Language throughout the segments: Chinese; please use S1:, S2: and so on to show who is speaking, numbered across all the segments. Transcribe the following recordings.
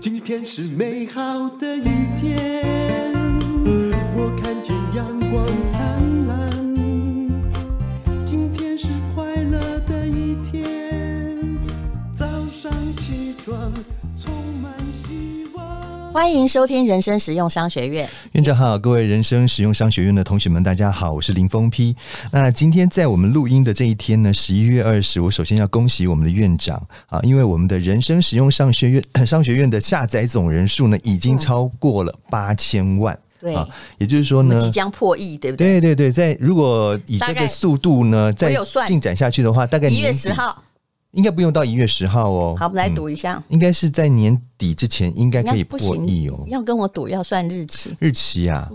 S1: 今天是美好的一天，我看见阳光灿烂。今天是快乐的一天，早上起床充满希望。
S2: 欢迎收听人生实用商学院。
S3: 院长好，各位人生实用商学院的同学们，大家好，我是林峰批。那今天在我们录音的这一天呢，十一月二十，我首先要恭喜我们的院长啊，因为我们的人生实用商学院 商学院的下载总人数呢，已
S2: 嗯
S3: 经超过了八千万。
S2: 对，
S3: 啊，也就是说
S2: 我
S3: 呢
S2: 们，即将破亿，对不对？
S3: 对对对，在如果以
S2: 大
S3: 这
S2: 概
S3: 个速度呢，再
S2: 有算
S3: 进展下去的话，大概
S2: 哎一月
S3: 年底
S2: 十号，
S3: 应该不用到一月十号哦。
S2: 好，我们来
S3: 嗯
S2: 赌一下，
S3: 应该是在年底之前应该可以
S2: 不
S3: 破
S2: 行嗯
S3: 亿哦。
S2: 要跟我赌，要算 日期。
S3: 日期啊，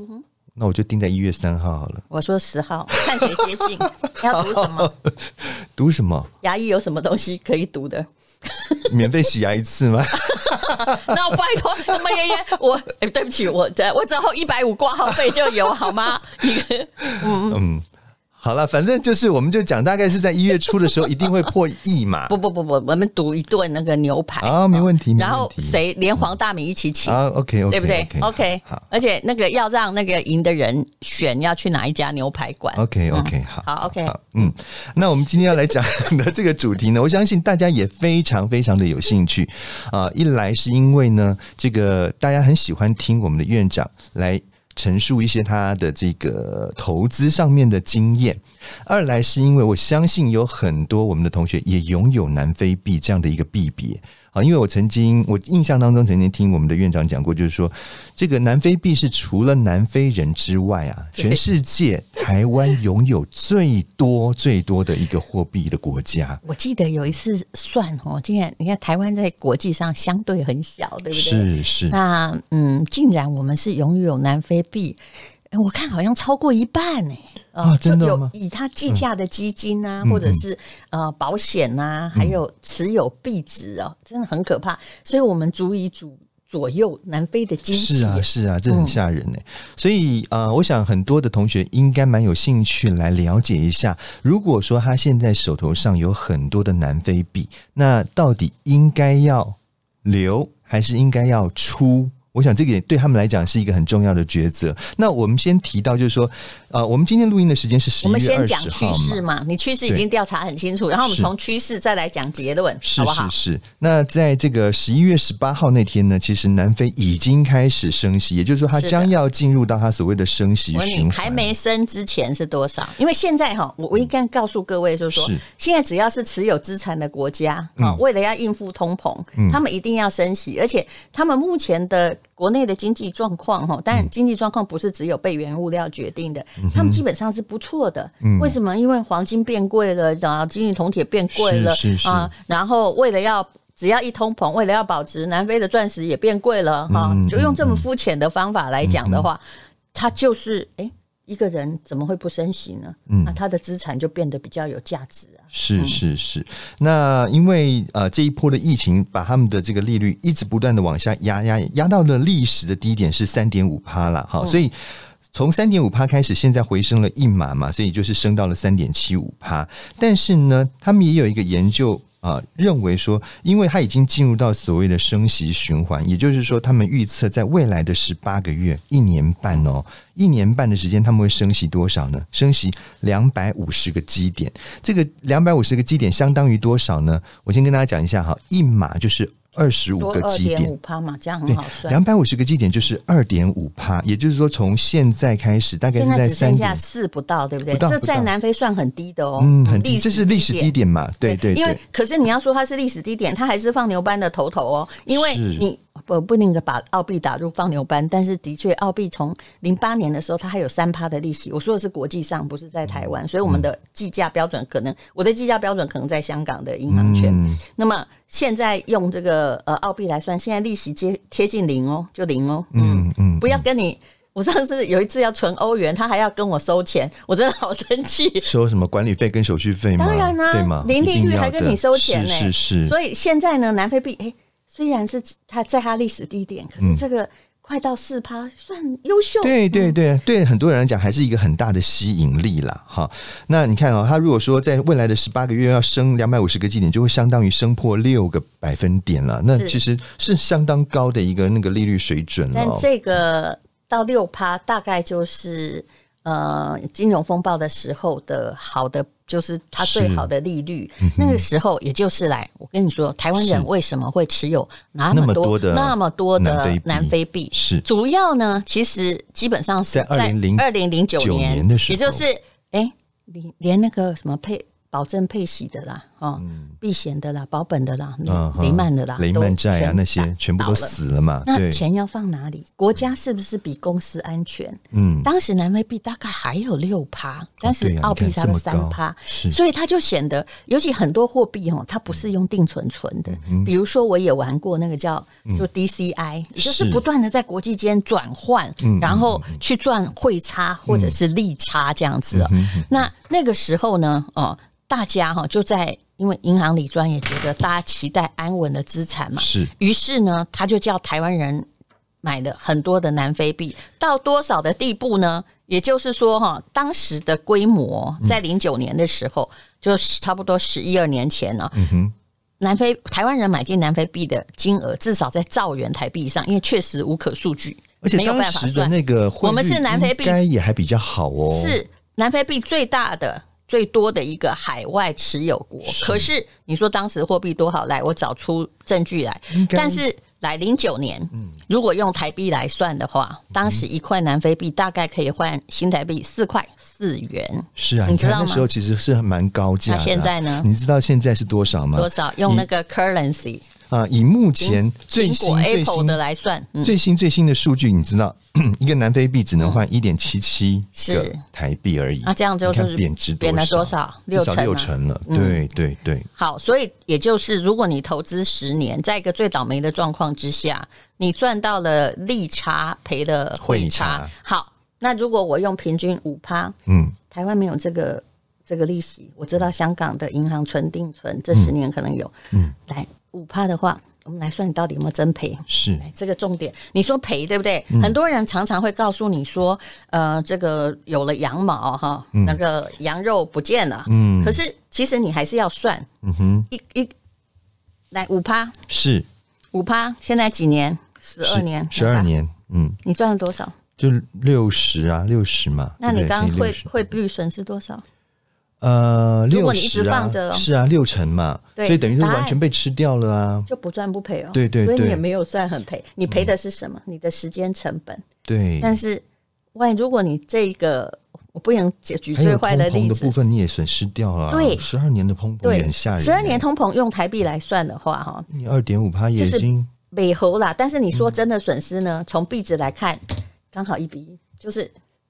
S3: 那我就定在一月三号好了。
S2: 我说十号，看谁接 近。要赌什么？
S3: 读什么？
S2: 牙医有什么东西可以赌的？
S3: 免费洗牙一次吗？
S2: 那我拜托， 那么爷爷，我哎、对不起，我这我只要一百五挂号费就有，好吗？
S3: 好了，反正就是，我们就讲，大概是在一月初的时候一定会破亿嘛。
S2: 不不不不，我们赌一顿那个牛排
S3: 啊，没问题，没
S2: 然后
S3: 问题
S2: 谁连黄大米一起请，
S3: 啊？OK OK，
S2: 对不对？OK，
S3: 好
S2: 而且那个要让那个赢的人选要去哪一家牛排馆。
S3: ，OK OK，好。
S2: 嗯好，OK，
S3: 好，嗯，那我们今天要来讲的这个主题呢，我 相信大家也非常非常的有兴趣啊、一来是因为呢，这个大家很喜欢听我们的院长来陈述一些他的这个投资上面的经验；二来是因为我相信有很多我们的同学也拥有南非币这样的一个币别。啊，因为我曾经，我印象当中曾经听我们的院长讲过，就是说，这个南非币是除了南非人之外啊，全世界台湾拥有最多最多的一个货币的国家。
S2: 我记得有一次算哦，竟然你看台湾在国际上相对很小，对不
S3: 是
S2: 对？
S3: 是，
S2: 那嗯，竟然我们是拥有南非币，哎我看好像超过一半呢、呃
S3: 啊真的
S2: 就有
S3: 吗嗯
S2: 以它计价的基金啊，或者是呃保险呐、啊，还有持有币值哦，真的很可怕。所以我们足以主左右南非的经济。
S3: 是啊，是啊，这很
S2: 嗯
S3: 吓人呢、所以呃，我想很多的同学应该蛮有兴趣来了解一下，如果说他现在手头上有很多的南非币，那到底应该要留还是应该要出？我想这个也对他们来讲是一个很重要的抉择。那我们先提到，就是说，呃，我们今天录音的时间是十
S2: 我
S3: 一
S2: 们
S3: 月
S2: 先
S3: 二
S2: 讲
S3: 十
S2: 趋
S3: 号嘛
S2: 势，嘛，你趋势已经调查很清楚，然后我们
S3: 是
S2: 从趋势再来讲结论，
S3: 是
S2: 好不好
S3: 是？是，那在这个十一月十八号那天呢，其实南非已经开始升息，也就是说，它
S2: 是的
S3: 将要进入到它所谓的升息
S2: 我问
S3: 循
S2: 你，
S3: 环。
S2: 还没升之前是多少？因为现在哈，我我应该告诉各位，就是说
S3: 嗯是，嗯
S2: 现在只要是持有资产的国家啊，为了要应付通膨，他们一定要升息，而且他们目前的国内的经济状况哈，
S3: 嗯
S2: 当然经济状况不是只有被原物料决定的，他们基本上是不错的。
S3: 嗯
S2: 为什么？因为黄金变贵了，然后金银铜铁变贵了
S3: 是是是
S2: 啊，然后为了要。只要一通膨，为了要保值，南非的钻石也变贵了哈、
S3: 嗯
S2: 就用这么肤浅的方法来讲的话，他就是哎、诶一个人怎么会不升息呢？
S3: 嗯
S2: 那他的资产就变得比较有价值啊。
S3: 是是是，那因为呃这一波的疫情把他们的这个利率一直不断的往下压压压到了历史的低点是三点五趴了，
S2: 嗯
S3: 好，所以从三点五趴开始，现在回升了一码嘛，所以就是升到了三点七五趴。但是呢，他们也有一个研究啊、呃认为说，因为它已经进入到所谓的升息循环，也就是说，他们预测在未来的十八个月、一年半哦，一年半的时间，他们会升息多少呢？升息两百五十个基点。这个两百五十个基点相当于多少呢？我先跟大家讲一下哈，一码就是二十五
S2: 多
S3: 个
S2: 二
S3: 基
S2: 点
S3: 点
S2: 五。趴嘛，这样很
S3: 对
S2: 好，算。
S3: 两百五十个基点就是二点五帕，也就是说从现在开始，大概
S2: 现
S3: 是
S2: 在
S3: 在
S2: 只
S3: 三
S2: 剩下
S3: 点，
S2: 四不到，对不对？
S3: 不到
S2: 这
S3: 不
S2: 在
S3: 到
S2: 南非算很低的哦，
S3: 嗯，很低，
S2: 历
S3: 这是历史低点嘛？对对
S2: 因为
S3: 对，
S2: 可是你要说它是历史低点，它还是放牛班的头头哦，因为
S3: 是
S2: 你不不那个把澳币打入放牛班，但是的确澳币从零八年的时候它还有三趴的利息，我说的是国际上，不是在台
S3: 嗯
S2: 湾，所以我们的计价标准可能我的计价标准可能在香港的银行券，
S3: 嗯
S2: 那么现在用这个呃澳币来算，现在利息接贴近零哦，就零哦，嗯嗯，不要跟你。我上次有一次要存欧元，他还要跟我收钱，我真的好生气。
S3: 收什么管理费跟手续费吗？
S2: 当然啦、
S3: 对吗？
S2: 零
S3: 一
S2: 利率
S3: 定要
S2: 还
S3: 的
S2: 跟你收钱呢、
S3: 是是是，
S2: 所以现在呢，南非币哎、诶虽然是它在它历史低点，可是这个快到四趴，算优秀。
S3: 嗯对对对对，很多人来讲还是一个很大的吸引力啦，哈。那你看啊、哦，它如果说在未来的十八个月要升两百五十个基点，就会相当于升破六个百分点了。那
S2: 是
S3: 其实是相当高的一个那个利率水准了
S2: 但
S3: 哦。
S2: 这个到六趴，大概就是呃金融风暴的时候的好的，就是它最
S3: 是嗯
S2: 好的利率。那个时候，也就是来，我跟你说，台湾人
S3: 是
S2: 为什么会持有那
S3: 那
S2: 么
S3: 么
S2: 多
S3: 多的
S2: 那么多
S3: 南非
S2: 的
S3: 币
S2: 南非币？
S3: 是
S2: 主要呢，其实基本上是
S3: 在2009
S2: 二零零九
S3: 9年的时候
S2: 也就是哎，连连那个什么配保证配息的啦，哦，避险的啦，保本的啦，
S3: 嗯哼
S2: 雷曼的啦，
S3: 雷
S2: 都
S3: 曼债啊
S2: 全
S3: 那些
S2: 打
S3: 全部都
S2: 倒了
S3: 死了嘛，
S2: 那
S3: 对，
S2: 钱要放哪里？国家是不是比公司安全？
S3: 嗯，
S2: 当时南非币大概还有六趴，但是
S3: 对啊
S2: 澳币
S3: 你
S2: 才
S3: 看
S2: 有
S3: 这
S2: 三
S3: 么
S2: 趴
S3: 高，是
S2: 所以它就显得，尤其很多货币哦，它不是用定存存
S3: 嗯
S2: 的。比如说，我也玩过那个叫就 DCI，、也就是
S3: 是嗯
S2: 不断的在国际间转换，然后去赚汇差或者是利差这样子、哦。
S3: 嗯
S2: 那那个时候呢，哦，大家哈、哦、就在。因为银行理专也觉得大家期待安稳的资产嘛，
S3: 是
S2: 于是呢，他就叫台湾人买了很多的南非币，到多少的地步呢？也就是说，哈，当时的规模在零九年的时候，就是差不多十一二年前呢、南非台湾人买进南非币的金额至少在兆元台币以上，因为确实无可数据，
S3: 而且
S2: 没有
S3: 当
S2: 办法
S3: 时的
S2: 算。
S3: 那个汇率
S2: 我们是南非币
S3: 应该也还比较好哦，
S2: 是南非币最大的、最多的一个海外持有国。可是你说当时货币多好，来，我找出证据来
S3: 应。该嗯
S2: 但是来零九年，如果用台币来算的话，当时一块南非币大概可以换新台币四块四元。
S3: 是啊，
S2: 你
S3: 你
S2: 知道
S3: 看
S2: 吗
S3: 那时候其实是蛮高价的啊。
S2: 那现在呢
S3: 你知道现在是多少吗？
S2: 多少？用那个 currency
S3: 啊，以目前最
S2: 苹
S3: 新
S2: 果
S3: 最
S2: Apple
S3: 新
S2: 的来算，嗯，
S3: 最新最新的数据，你知道 一个南非币只能换一点七七个
S2: 是
S3: 台币而已。
S2: 那这样就
S3: 你看
S2: 就是
S3: 贬值
S2: 贬了多少
S3: 少？
S2: 六
S3: 至少
S2: 成
S3: 六
S2: 啊
S3: 成了。对对对，
S2: 好，所以也就是，如果你投资十年，在一个最倒霉的状况之下，你赚到了利差，赔了汇
S3: 汇
S2: 差。
S3: 差
S2: 好，那如果我用平均五趴，
S3: 嗯，
S2: 台湾没有这个这个利息，我知道香港的银行存定存这十年可能有，嗯，来五趴的话，我们来算你到底有没有真赔。
S3: 是
S2: 来这个重点，你说赔对不对？
S3: 嗯
S2: 很多人常常会告诉你说，呃，这个有了羊毛哈，
S3: 嗯
S2: 那个羊肉不见了。嗯，可是其实你还是要算，嗯哼，一一来五趴，
S3: 是
S2: 五趴，现在几年？十二年，
S3: 十二，年，嗯，
S2: 你赚了多少？
S3: 就六十啊，六十嘛。
S2: 那你
S3: 对不对
S2: 刚
S3: 乘
S2: 刚
S3: 以
S2: 汇
S3: 60
S2: 汇率损失多少？
S3: 呃，
S2: 如
S3: 六
S2: 果你一直
S3: 十啊
S2: 放着，哦
S3: 是啊，六成嘛，
S2: 对
S3: 所以等于是
S2: 答案
S3: 完全被吃掉了啊。
S2: 就不赚不赔哦。
S3: 对对嗯
S2: 所以你
S3: 对
S2: 也没有算很赔，你赔的是什么？你的时间成本。
S3: 对，
S2: 但是，万一如果你这个，我不能举举
S3: 还
S2: 最
S3: 有
S2: 坏的
S3: 通膨
S2: 例
S3: 的
S2: 子
S3: 部，分你也损失掉了啊。
S2: 对
S3: 十二年的通膨也很吓人。啊欸
S2: 十二年，通膨用台币来算的话，哈，
S3: 你二点五趴也已
S2: 就是
S3: 经
S2: 美猴啦。但是你说真的损失
S3: 嗯
S2: 呢？从币值来看，刚好一比一，就是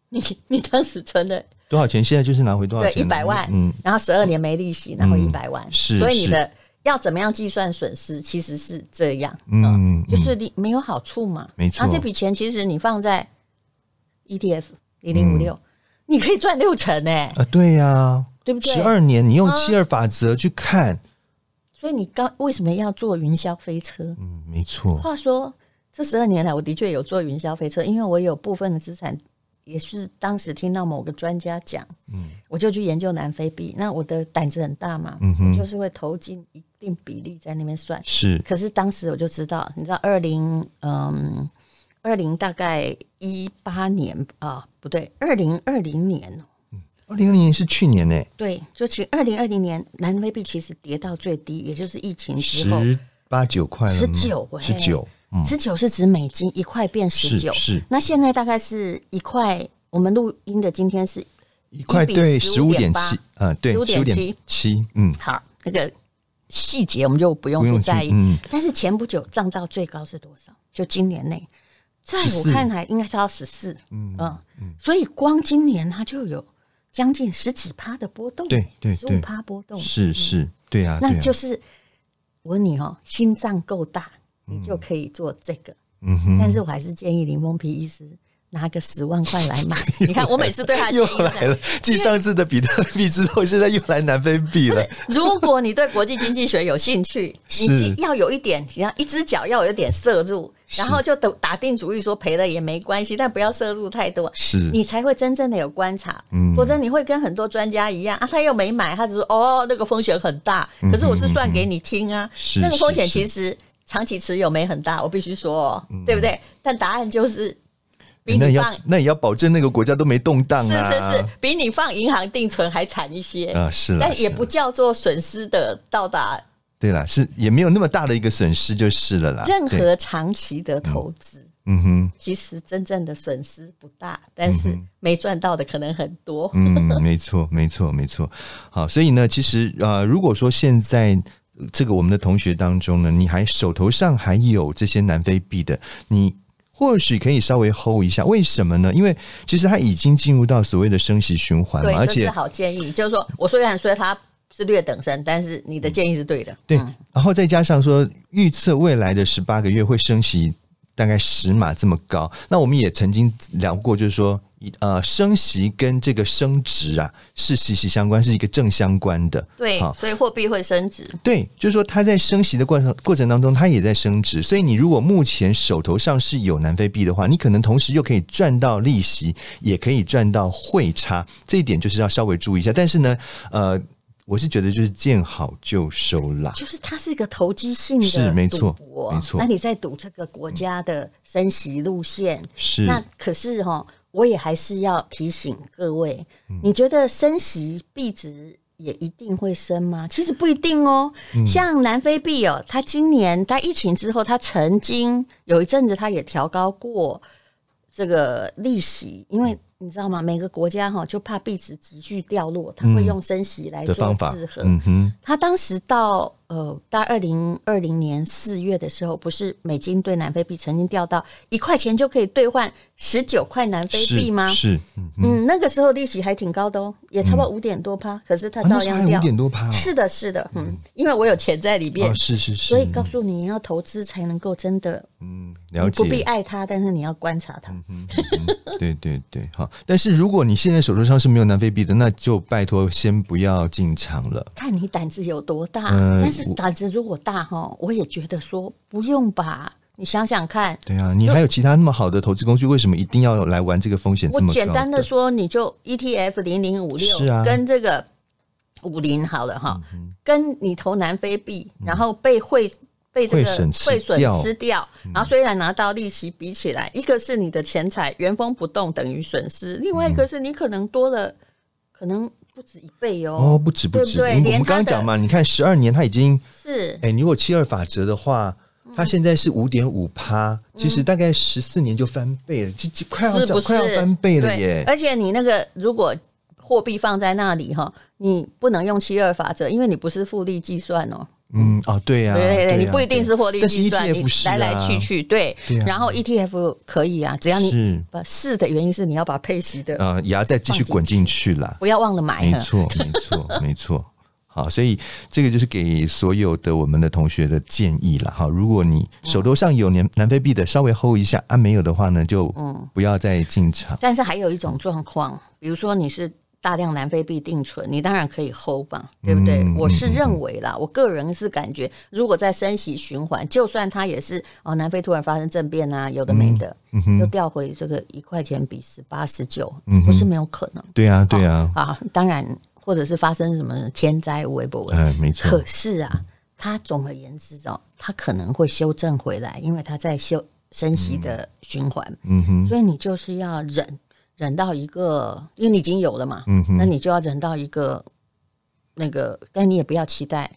S2: 你 你当时存的
S3: 多少钱？现在就是拿回多少
S2: 对
S3: 钱？
S2: 一百万，
S3: 嗯，
S2: 然后十二年没利息，然后一百万，
S3: 是
S2: 所以你
S3: 是
S2: 的要怎么样计算损失，其实是这样，嗯，就是你没有好处嘛，
S3: 没错
S2: 那这笔钱其实你放在 E ETF 零零五
S3: 嗯
S2: 六，你可以赚六成哎、
S3: 啊，对呀、
S2: 对不对
S3: 十二年，你用七二法则去看，
S2: 所以你刚为什么要坐云霄飞车？
S3: 嗯，没错，
S2: 话说，这十二年来，我的确有坐云霄飞车，因为我有部分的资产也是当时听到某个专家讲，嗯，我就去研究南非币。那我的胆子很大嘛，
S3: 嗯
S2: 我就是会投进一定比例在那边算。
S3: 是
S2: 可是当时我就知道，你知道二零嗯二零大概一八年啊，不对，二零二零年哦
S3: 二零二零年是去年呢、
S2: 对，就其实二零二零年南非币其实跌到最低，也就是疫情之后，
S3: 十八九块了吗，
S2: 19喂
S3: 十九，嗯，
S2: 十九是指美金一块变十九，
S3: 是
S2: 那现在大概是一块，我们录音的今天是
S3: 一块对十五点
S2: 15.8
S3: 七，呃，对，十五
S2: 15.7
S3: 点七，嗯，
S2: 好那个细节，我们就不用
S3: 不
S2: 不
S3: 用
S2: 在意。
S3: 去嗯
S2: 但是前不久涨到最高是多少？就今年内，在我
S3: 14
S2: 看来应该是到十四，嗯所以光今年它就有将近十几趴的波动，
S3: 对对
S2: 十五
S3: 对
S2: 趴波动，
S3: 是是，对啊，对
S2: 嗯那
S3: 啊，
S2: 就是我问你哦，心脏够大，你就可以做这个。
S3: 嗯哼，
S2: 但是我还是建议林峰皮医师拿个十万块来 买。你看，我每次对啊他建
S3: 又
S2: 议
S3: 来
S2: 的。
S3: 了，继上次的比特币之后，现在又来南非币了，
S2: 如果你对国际经济学有兴趣，你
S3: 是
S2: 既要有一点，你要一只脚要有一点摄入，然后就打打定主意说赔了也没关系，但不要摄入太多。
S3: 是嗯
S2: 你才会真正的有观察，否则你会跟很多专家一样啊，他又没买，他只是哦那个风险很大，
S3: 嗯
S2: 可是我是算给你听啊，
S3: 是
S2: 那个风险
S3: 是是嗯
S2: 其实长期持有没很大，我必须说、哦，对不对？但答案就是比
S3: 哎那
S2: 你
S3: 也
S2: 放
S3: 要那也要保证那个国家都没动荡
S2: 是
S3: 啊！
S2: 是是，比你放银行定存还惨一些，
S3: 啊是啦
S2: 但也
S3: 是啦
S2: 不叫做损失的到达
S3: 对啦，是也没有那么大的一个损失就是了啦。
S2: 任
S3: 对
S2: 何长期的投资。
S3: 嗯哼
S2: 其实真正的损失不大，但是没赚到的可能很多。
S3: 嗯，没错，没错，没错。好，所以呢，其实呃，如果说现在呃这个我们的同学当中呢，你还手头上还有这些南非币的，你或许可以稍微 hold 一下。为什么呢？因为其实它已经进入到所谓的升息循环
S2: 对
S3: 嘛，，而
S2: 这是
S3: 且
S2: 好建议。就是说我虽然说它是略等升，但是你
S3: 嗯
S2: 的建议是对的。
S3: 对，然后再加上说预测未来的十八个月会升息大概十码这么高，那我们也曾经聊过，就是说。一呃，升息跟这个升值啊是息息相关，是一个正相关的。
S2: 对
S3: 好，
S2: 所以货币会升值。
S3: 对，就是说它在升息的过程过程当中，它也在升值。所以你如果目前手头上是有南非币的话，你可能同时又可以赚到利息，也可以赚到汇差，这一点就是要稍微注意一下。但是呢，呃，我是觉得就是见好就收啦。
S2: 就是它是一个投机性的
S3: 是没错
S2: 赌博
S3: 没错
S2: 那你在赌这个国家的升息路线，
S3: 是
S2: 那可是哈、我也还是要提醒各位，
S3: 嗯
S2: 你觉得升息币值也一定会升吗？其实不一定哦。
S3: 嗯
S2: 像南非币哦，它今年在疫情之后，它曾经有一阵子它也调高过这个利息，因
S3: 嗯
S2: 为。你知道吗？每个国家哈就怕币值急剧掉落，它会用升息
S3: 嗯
S2: 来
S3: 的
S2: 做
S3: 方法
S2: 制衡。，
S3: 嗯哼，
S2: 他当时到呃，大概二零二零年四月的时候，不是美金对南非币曾经掉到一块钱就可以兑换十九块南非币吗？
S3: 是，是嗯，
S2: 嗯，那个时候利息还挺高的哦，也差不多五点多趴，可是它
S3: 啊
S2: 照
S3: 那时候
S2: 样
S3: 还有
S2: 掉。
S3: 五点多趴、哦，
S2: 是的，是的，嗯，因为我有钱在里面，
S3: 哦，是是是，
S2: 所以告诉你要投资才能够真的
S3: 嗯，了解，嗯
S2: 不必啊爱它，但是你要观察它。
S3: 对对对，好。但是如果你现在手头上是没有南非币的，那就拜托先不要进场了。
S2: 看你胆子有多大。
S3: 嗯
S2: 但是
S3: 我
S2: 胆子如果大哈，我也觉得说不用吧，你想想看，
S3: 对啊，你还有其他那么好的投资工具，为什么一定要来玩这个风险这
S2: 我
S3: 么高？
S2: 简单的，说，你就 ETF 零零五六
S3: 是啊嗯
S2: 跟这个五零好了哈，跟你投南非币，然后被汇被这
S3: 汇
S2: 个
S3: 嗯损吃
S2: 汇损
S3: 掉嗯
S2: 吃掉，然后虽然拿到利息比起来，一个是你的钱财原封不动等于损失，另外一个是你可能多了，可能不止一倍
S3: 哦，
S2: 哦，
S3: 不止不止，
S2: 对不对
S3: 我们
S2: 连
S3: 我们
S2: 它
S3: 刚
S2: 的
S3: 刚讲嘛，你看十二年它已经，
S2: 是。
S3: 哎，你如果七二法则的话，它现在是五点五趴，其实大概十四年就翻倍了，就就快要
S2: 嗯是不
S3: 涨
S2: 是
S3: 快要翻倍了
S2: 对哎
S3: 耶。
S2: 而且你那个如果货币放在那里哈，你不能用七二法则，因为你不是复利计算哦。
S3: 嗯，哦，对呀、啊，
S2: 对对
S3: 呀
S2: 对，你不一定是获利
S3: 但
S2: 计算，你
S3: ETF 是、啊、
S2: 来来去去，对
S3: 对啊。
S2: 然后 ETF 可以啊，只要你
S3: 是
S2: 不是的原因是你要把配息的，
S3: 呃，也要再继续滚进去啦。
S2: 不要忘了买啊
S3: 没
S2: 哈。
S3: 错，没 错，没错。好，所以这个就是给所有的我们的同学的建议了哈。如果
S2: 嗯
S3: 你手头上有南南非币的，稍微 hold 一下；啊，没有的话呢，就
S2: 嗯
S3: 不要再进场。
S2: 但是还有一种状况，比如说你是大量南非币定存，你当然可以 hold 吧，对不对？
S3: 嗯
S2: 我是认为啦，我个人是感觉，如果在升息循环，就算它也是哦，南非突然发生政变啊，有的没的，
S3: 嗯
S2: 又调回这个一块钱比十八十九，
S3: 嗯
S2: 不是没有可能。
S3: 对啊，对啊，
S2: 啊，当然，或者是发生什么天灾微博，
S3: 嗯、没错
S2: 可，是啊，它总而言之哦，它可能会修正回来，因为它在修升息的循环，
S3: 嗯哼，
S2: 所以你就是要忍忍到一个，因为你已经有了嘛，
S3: 嗯
S2: 那你就要忍到一个那个，但你也不要期待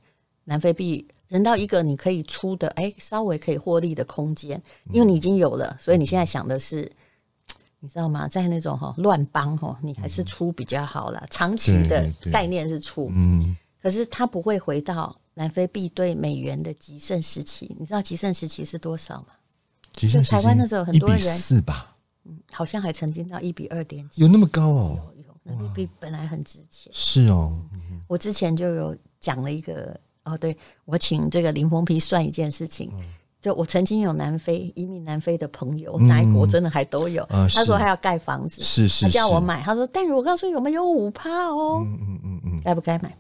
S2: 南非币。忍到一个你可以出的，哎，稍微可以获利的空间，
S3: 嗯
S2: 因为你已经有了，所以你现在想的是，你知道吗？在那种哈乱帮哈，你还是出比较好啦。长期的
S3: 嗯对对
S2: 概念是出，
S3: 嗯，
S2: 可是它不会回到南非币对美元的极盛时期。你知道极盛时期是多少吗？
S3: 极限时
S2: 就台湾那时候很多人
S3: 一比四吧，
S2: 好像还曾经到一比二点几。
S3: 有那么高哦？
S2: 有南非币本来很值钱，
S3: 是哦，
S2: 我之前就有讲了一个哦，对我请这个林峰皮算一件事情。
S3: 嗯
S2: 就我曾经有南非移民南非的朋友，哪一国真的还都有。
S3: 嗯啊
S2: 他说
S3: 是
S2: 他要盖房子，
S3: 是是
S2: 他叫我
S3: 是
S2: 买，他说，但是我告诉你，我们有五趴哦，嗯嗯嗯嗯，该不该买？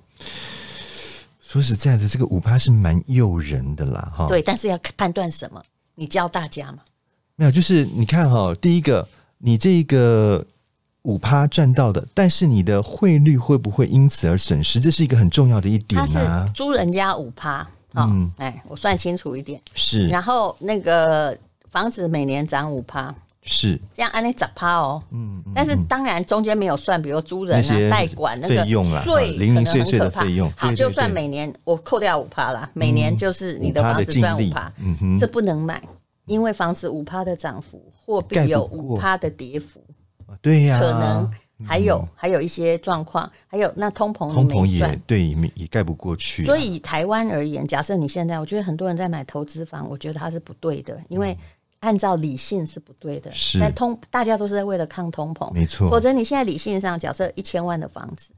S3: 说实在的，这个五趴是蛮诱人的啦，哈。
S2: 对，但是要看判断什么？你教大家嘛。
S3: 没有，就是你看哈、第一个，你这个五趴赚到的，但是你的汇率会不会因此而损失？这是一个很重要的一点
S2: 他是
S3: 啊。
S2: 租人家五趴，好、
S3: 嗯
S2: 哎，我算清楚一点。
S3: 是
S2: 然后那个房子每年涨五趴，
S3: 是，
S2: 这样按那涨趴哦。
S3: 嗯，嗯
S2: 但是当然中间没有算，比如租人
S3: 那些
S2: 啊、代管那个
S3: 费用啊
S2: 税，
S3: 啊零零碎碎的费用
S2: 好，
S3: 对对
S2: 就算
S3: 对
S2: 每年我扣掉五趴啦，每年就是你的
S3: 5%
S2: 房
S3: 的
S2: 子
S3: 净
S2: 赚五
S3: 利
S2: 趴，
S3: 嗯哼
S2: 这不能买，因为房子五趴的涨幅，货币
S3: 盖不
S2: 有
S3: 过啊
S2: 五趴的跌幅，
S3: 对呀、
S2: 可能还有还有一些状况，还有那通膨你
S3: 通膨
S2: 没算
S3: 也。对，啊也也盖不过去啊、
S2: 所以台湾而言，假设你现在，我觉得很多人在买投资房，我觉得它是不对的，因为按照理性是不对的。
S3: 嗯是
S2: 但通大家都是在为了抗通膨，
S3: 没错嗯
S2: 否则你现在理性上，假设一千万的房子，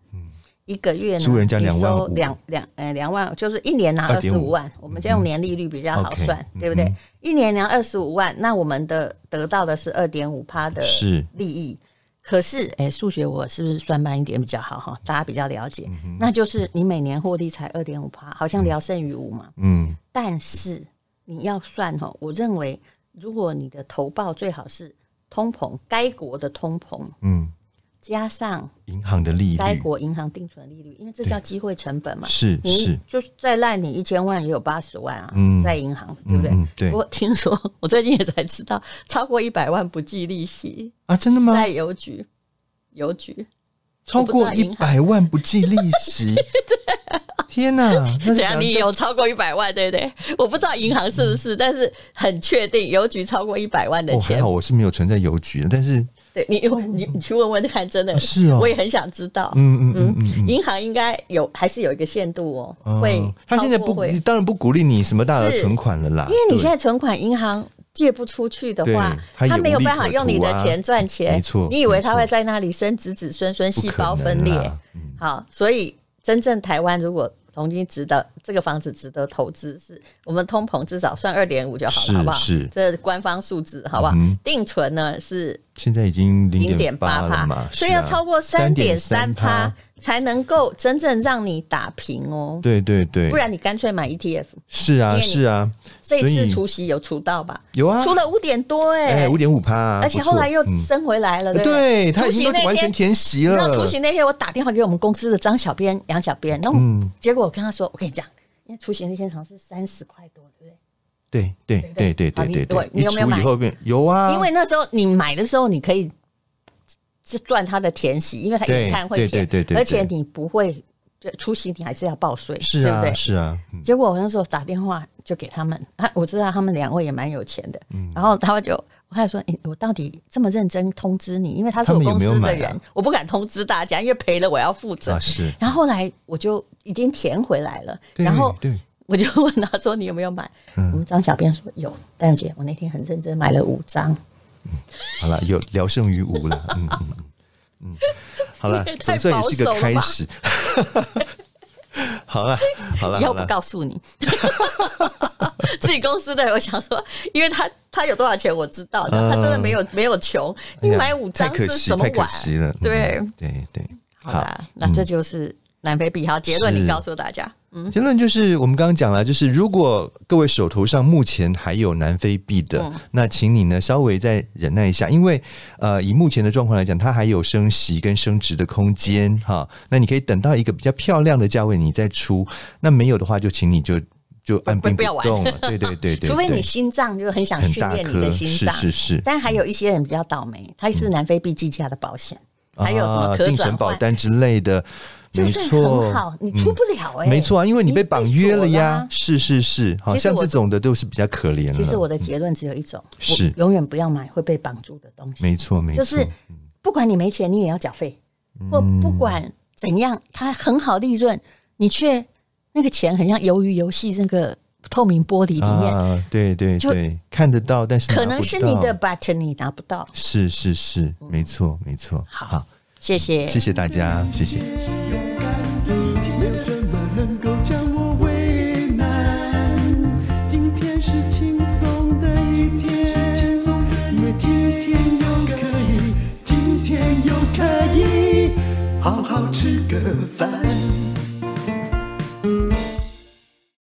S2: 一个月呢，
S3: 租人家
S2: 你
S3: 2万
S2: 收
S3: 五
S2: 两两呃两万，就是一年拿二十
S3: 2.5
S2: 五万，我们这用年利率比较好
S3: 嗯 OK，
S2: 算，对不对？一年拿二十五万，那我们的得到的是二点五趴的
S3: 是
S2: 利益。可是，哎、数学我是不是算慢一点比较好哈？大家比较了解。
S3: 嗯
S2: 那就是你每年获利才二点五趴，好像聊胜于无嘛。
S3: 嗯，
S2: 但是你要算哈，我认为如果你的投报最好是通膨，该国的通膨，
S3: 嗯，
S2: 加上
S3: 银行的利
S2: 该
S3: 率
S2: 国银行定存利率，因为这叫机会成本嘛。
S3: 是
S2: 你
S3: 是，
S2: 就是再赖你一千万也有八十万啊，
S3: 嗯
S2: 在银行对不对？
S3: 嗯嗯对
S2: 我听说，我最近也才知道，超过一百万不计利息，
S3: 啊，真的吗？
S2: 在邮局，邮局。
S3: 超
S2: 我
S3: 过
S2: 不知道
S3: 一
S2: 银
S3: 百万不计利 息，天哪！那是
S2: 只要啊你
S3: 两
S2: 有超过一百万，对不对？我不知道银行是不是，但是很确定邮局超过一百万的
S3: 嗯哦，还
S2: 钱。
S3: 好我是没有存在邮局的，但是
S2: 对你，你你去问问看，真的
S3: 是哦
S2: 我也很想知道。
S3: 嗯嗯嗯嗯嗯，
S2: 银行应该有还是有一个限度哦，会
S3: 哦他现在
S2: 超过
S3: 不
S2: 会，
S3: 当然不鼓励你什么大额
S2: 是
S3: 存款了啦，
S2: 因为你现
S3: 在
S2: 在存款银行借不出去的话
S3: 对，它
S2: 他
S3: 也
S2: 没有办法
S3: 无利可
S2: 用你
S3: 图
S2: 的
S3: 啊
S2: 钱赚钱。
S3: 没错
S2: 你以为
S3: 没错
S2: 他会在那里生子子孙孙、
S3: 啊
S2: 细胞分裂？
S3: 嗯，
S2: 好，所以真正台湾如果重新值得这个房子值得投资，是我们通膨至少算二点五就好
S3: 是
S2: 了，好不好？
S3: 是
S2: 这官方数字，好不好？
S3: 嗯
S2: 定存呢是
S3: 现在已经
S2: 零
S3: 零
S2: 点
S3: 点
S2: 八
S3: 了
S2: 趴
S3: 嘛，，
S2: 所以
S3: 是啊
S2: 要超过三点三
S3: 3.3
S2: 趴，才能够真正让你打平哦。
S3: 对对对
S2: 不，然你干脆买 E ETF，
S3: 是
S2: 因
S3: 啊
S2: 为你
S3: 是啊，
S2: 这
S3: 所
S2: 一次
S3: 以
S2: 除息有除到吧？
S3: 有啊，
S2: 除了五点多哎、
S3: 哎五点五趴，
S2: 而且
S3: 不错
S2: 后来又
S3: 嗯
S2: 升回来了，对不
S3: 对他
S2: 除
S3: 已经
S2: 夕那
S3: 都完
S2: 天
S3: 全填息
S2: 你知道
S3: 了
S2: 出，行那天，我打电话给我们公司的张小编、杨小编，然后
S3: 嗯
S2: 结果我跟他说，我跟你讲，因为出行那天好像是三十块多，对不对？
S3: 对对对对
S2: 对好
S3: 对
S2: 你
S3: 对对
S2: 对，你
S3: 一
S2: 有没有
S3: 除
S2: 买
S3: 以后变有啊，
S2: 因为那时候你买的时候，你可以是赚它的填息，因为它
S3: 对
S2: 一看会
S3: 对
S2: 填，
S3: 对对对对
S2: 而且你不会就出行，你还是要报税，
S3: 是
S2: 对不
S3: 啊
S2: 对？
S3: 是啊，嗯
S2: 结果我那时候打电话就给他们，啊，我知道他们两位也蛮有钱的，
S3: 嗯
S2: 然后他们就。我还说，诶我到底这么认真通知你？因为他是
S3: 他
S2: 我
S3: 们有
S2: 公
S3: 没有
S2: 司
S3: 买
S2: 的
S3: 啊
S2: 人，我不敢通知大家，因为赔了我要负责。
S3: 啊是，
S2: 然后后来我就已经填回来了，
S3: 对
S2: 然后
S3: 对嗯
S2: 我就问他说：“你有没有买？”我们张小编说：“有，蛋姐，我那天很认真买了五张。
S3: 好了，有聊胜于无 了，嗯嗯嗯嗯，好了
S2: 你也，
S3: 总
S2: 太
S3: 算也是个
S2: 保守了
S3: 开
S2: 吧
S3: 始。 好了，好 了，
S2: 以
S3: 好
S2: 后不
S3: 了，
S2: 告诉你，自己公司的人，我想说，因为他他有多少钱我知道的，
S3: 嗯
S2: 他真的没有没有穷，
S3: 哎
S2: 你
S3: 呀
S2: 买五张
S3: 太可
S2: 是
S3: 惜
S2: 什么
S3: 太可
S2: 碗？
S3: 惜了，
S2: 对
S3: 嗯对对，
S2: 好啦，那这就是南非币。好，结论
S3: 是
S2: 你告诉大家，嗯，
S3: 结论就是，我们刚刚讲了，就是如果各位手头上目前还有南非币的，
S2: 嗯
S3: 那请你呢稍微再忍耐一下，因为呃，以目前的状况来讲，它还有升息跟升值的空间哈。那你可以等到一个比较漂亮的价位，你再出。那没有的话，就请你就就按兵
S2: 不要玩
S3: 动了。对对 对对对，
S2: 除非你心脏就很想
S3: 很
S2: 训
S3: 大
S2: 练你
S3: 颗，
S2: 的心
S3: 是
S2: 脏，
S3: 是是。
S2: 但还有一些人比较倒霉，他是南非币计价的保险，还有什么
S3: 啊
S2: 可
S3: 定
S2: 转
S3: 存保
S2: 换，
S3: 单之类的，
S2: 就
S3: 没
S2: 算
S3: 错，嗯
S2: 很好，你出不了哎、
S3: 没错啊，因为你被绑约了
S2: 你被锁
S3: 呀
S2: 啦。
S3: 是是是，好
S2: 其实
S3: 像
S2: 我
S3: 这种的都是比较可怜了。
S2: 其实我的结论只有一种，我
S3: 是
S2: 永远不要买会被绑住的东西，
S3: 没错，没错，嗯
S2: 就是不管你没钱，你也要缴费，或不管怎样，它很好利润，你却那个钱很像鱿鱼游戏那个透明玻璃里面，
S3: 啊，对对
S2: 就
S3: 对，看得到，但是拿
S2: 可能
S3: 不
S2: 是你的
S3: 到，
S2: button 你拿不到。
S3: 是是是，没错没错。好，
S2: 谢谢，
S3: 谢谢大家，谢谢。
S1: 是勇敢的一天，没有什么能够将我为难。今天是轻松的一天，因为今天又可以，今天又可以好好吃个饭。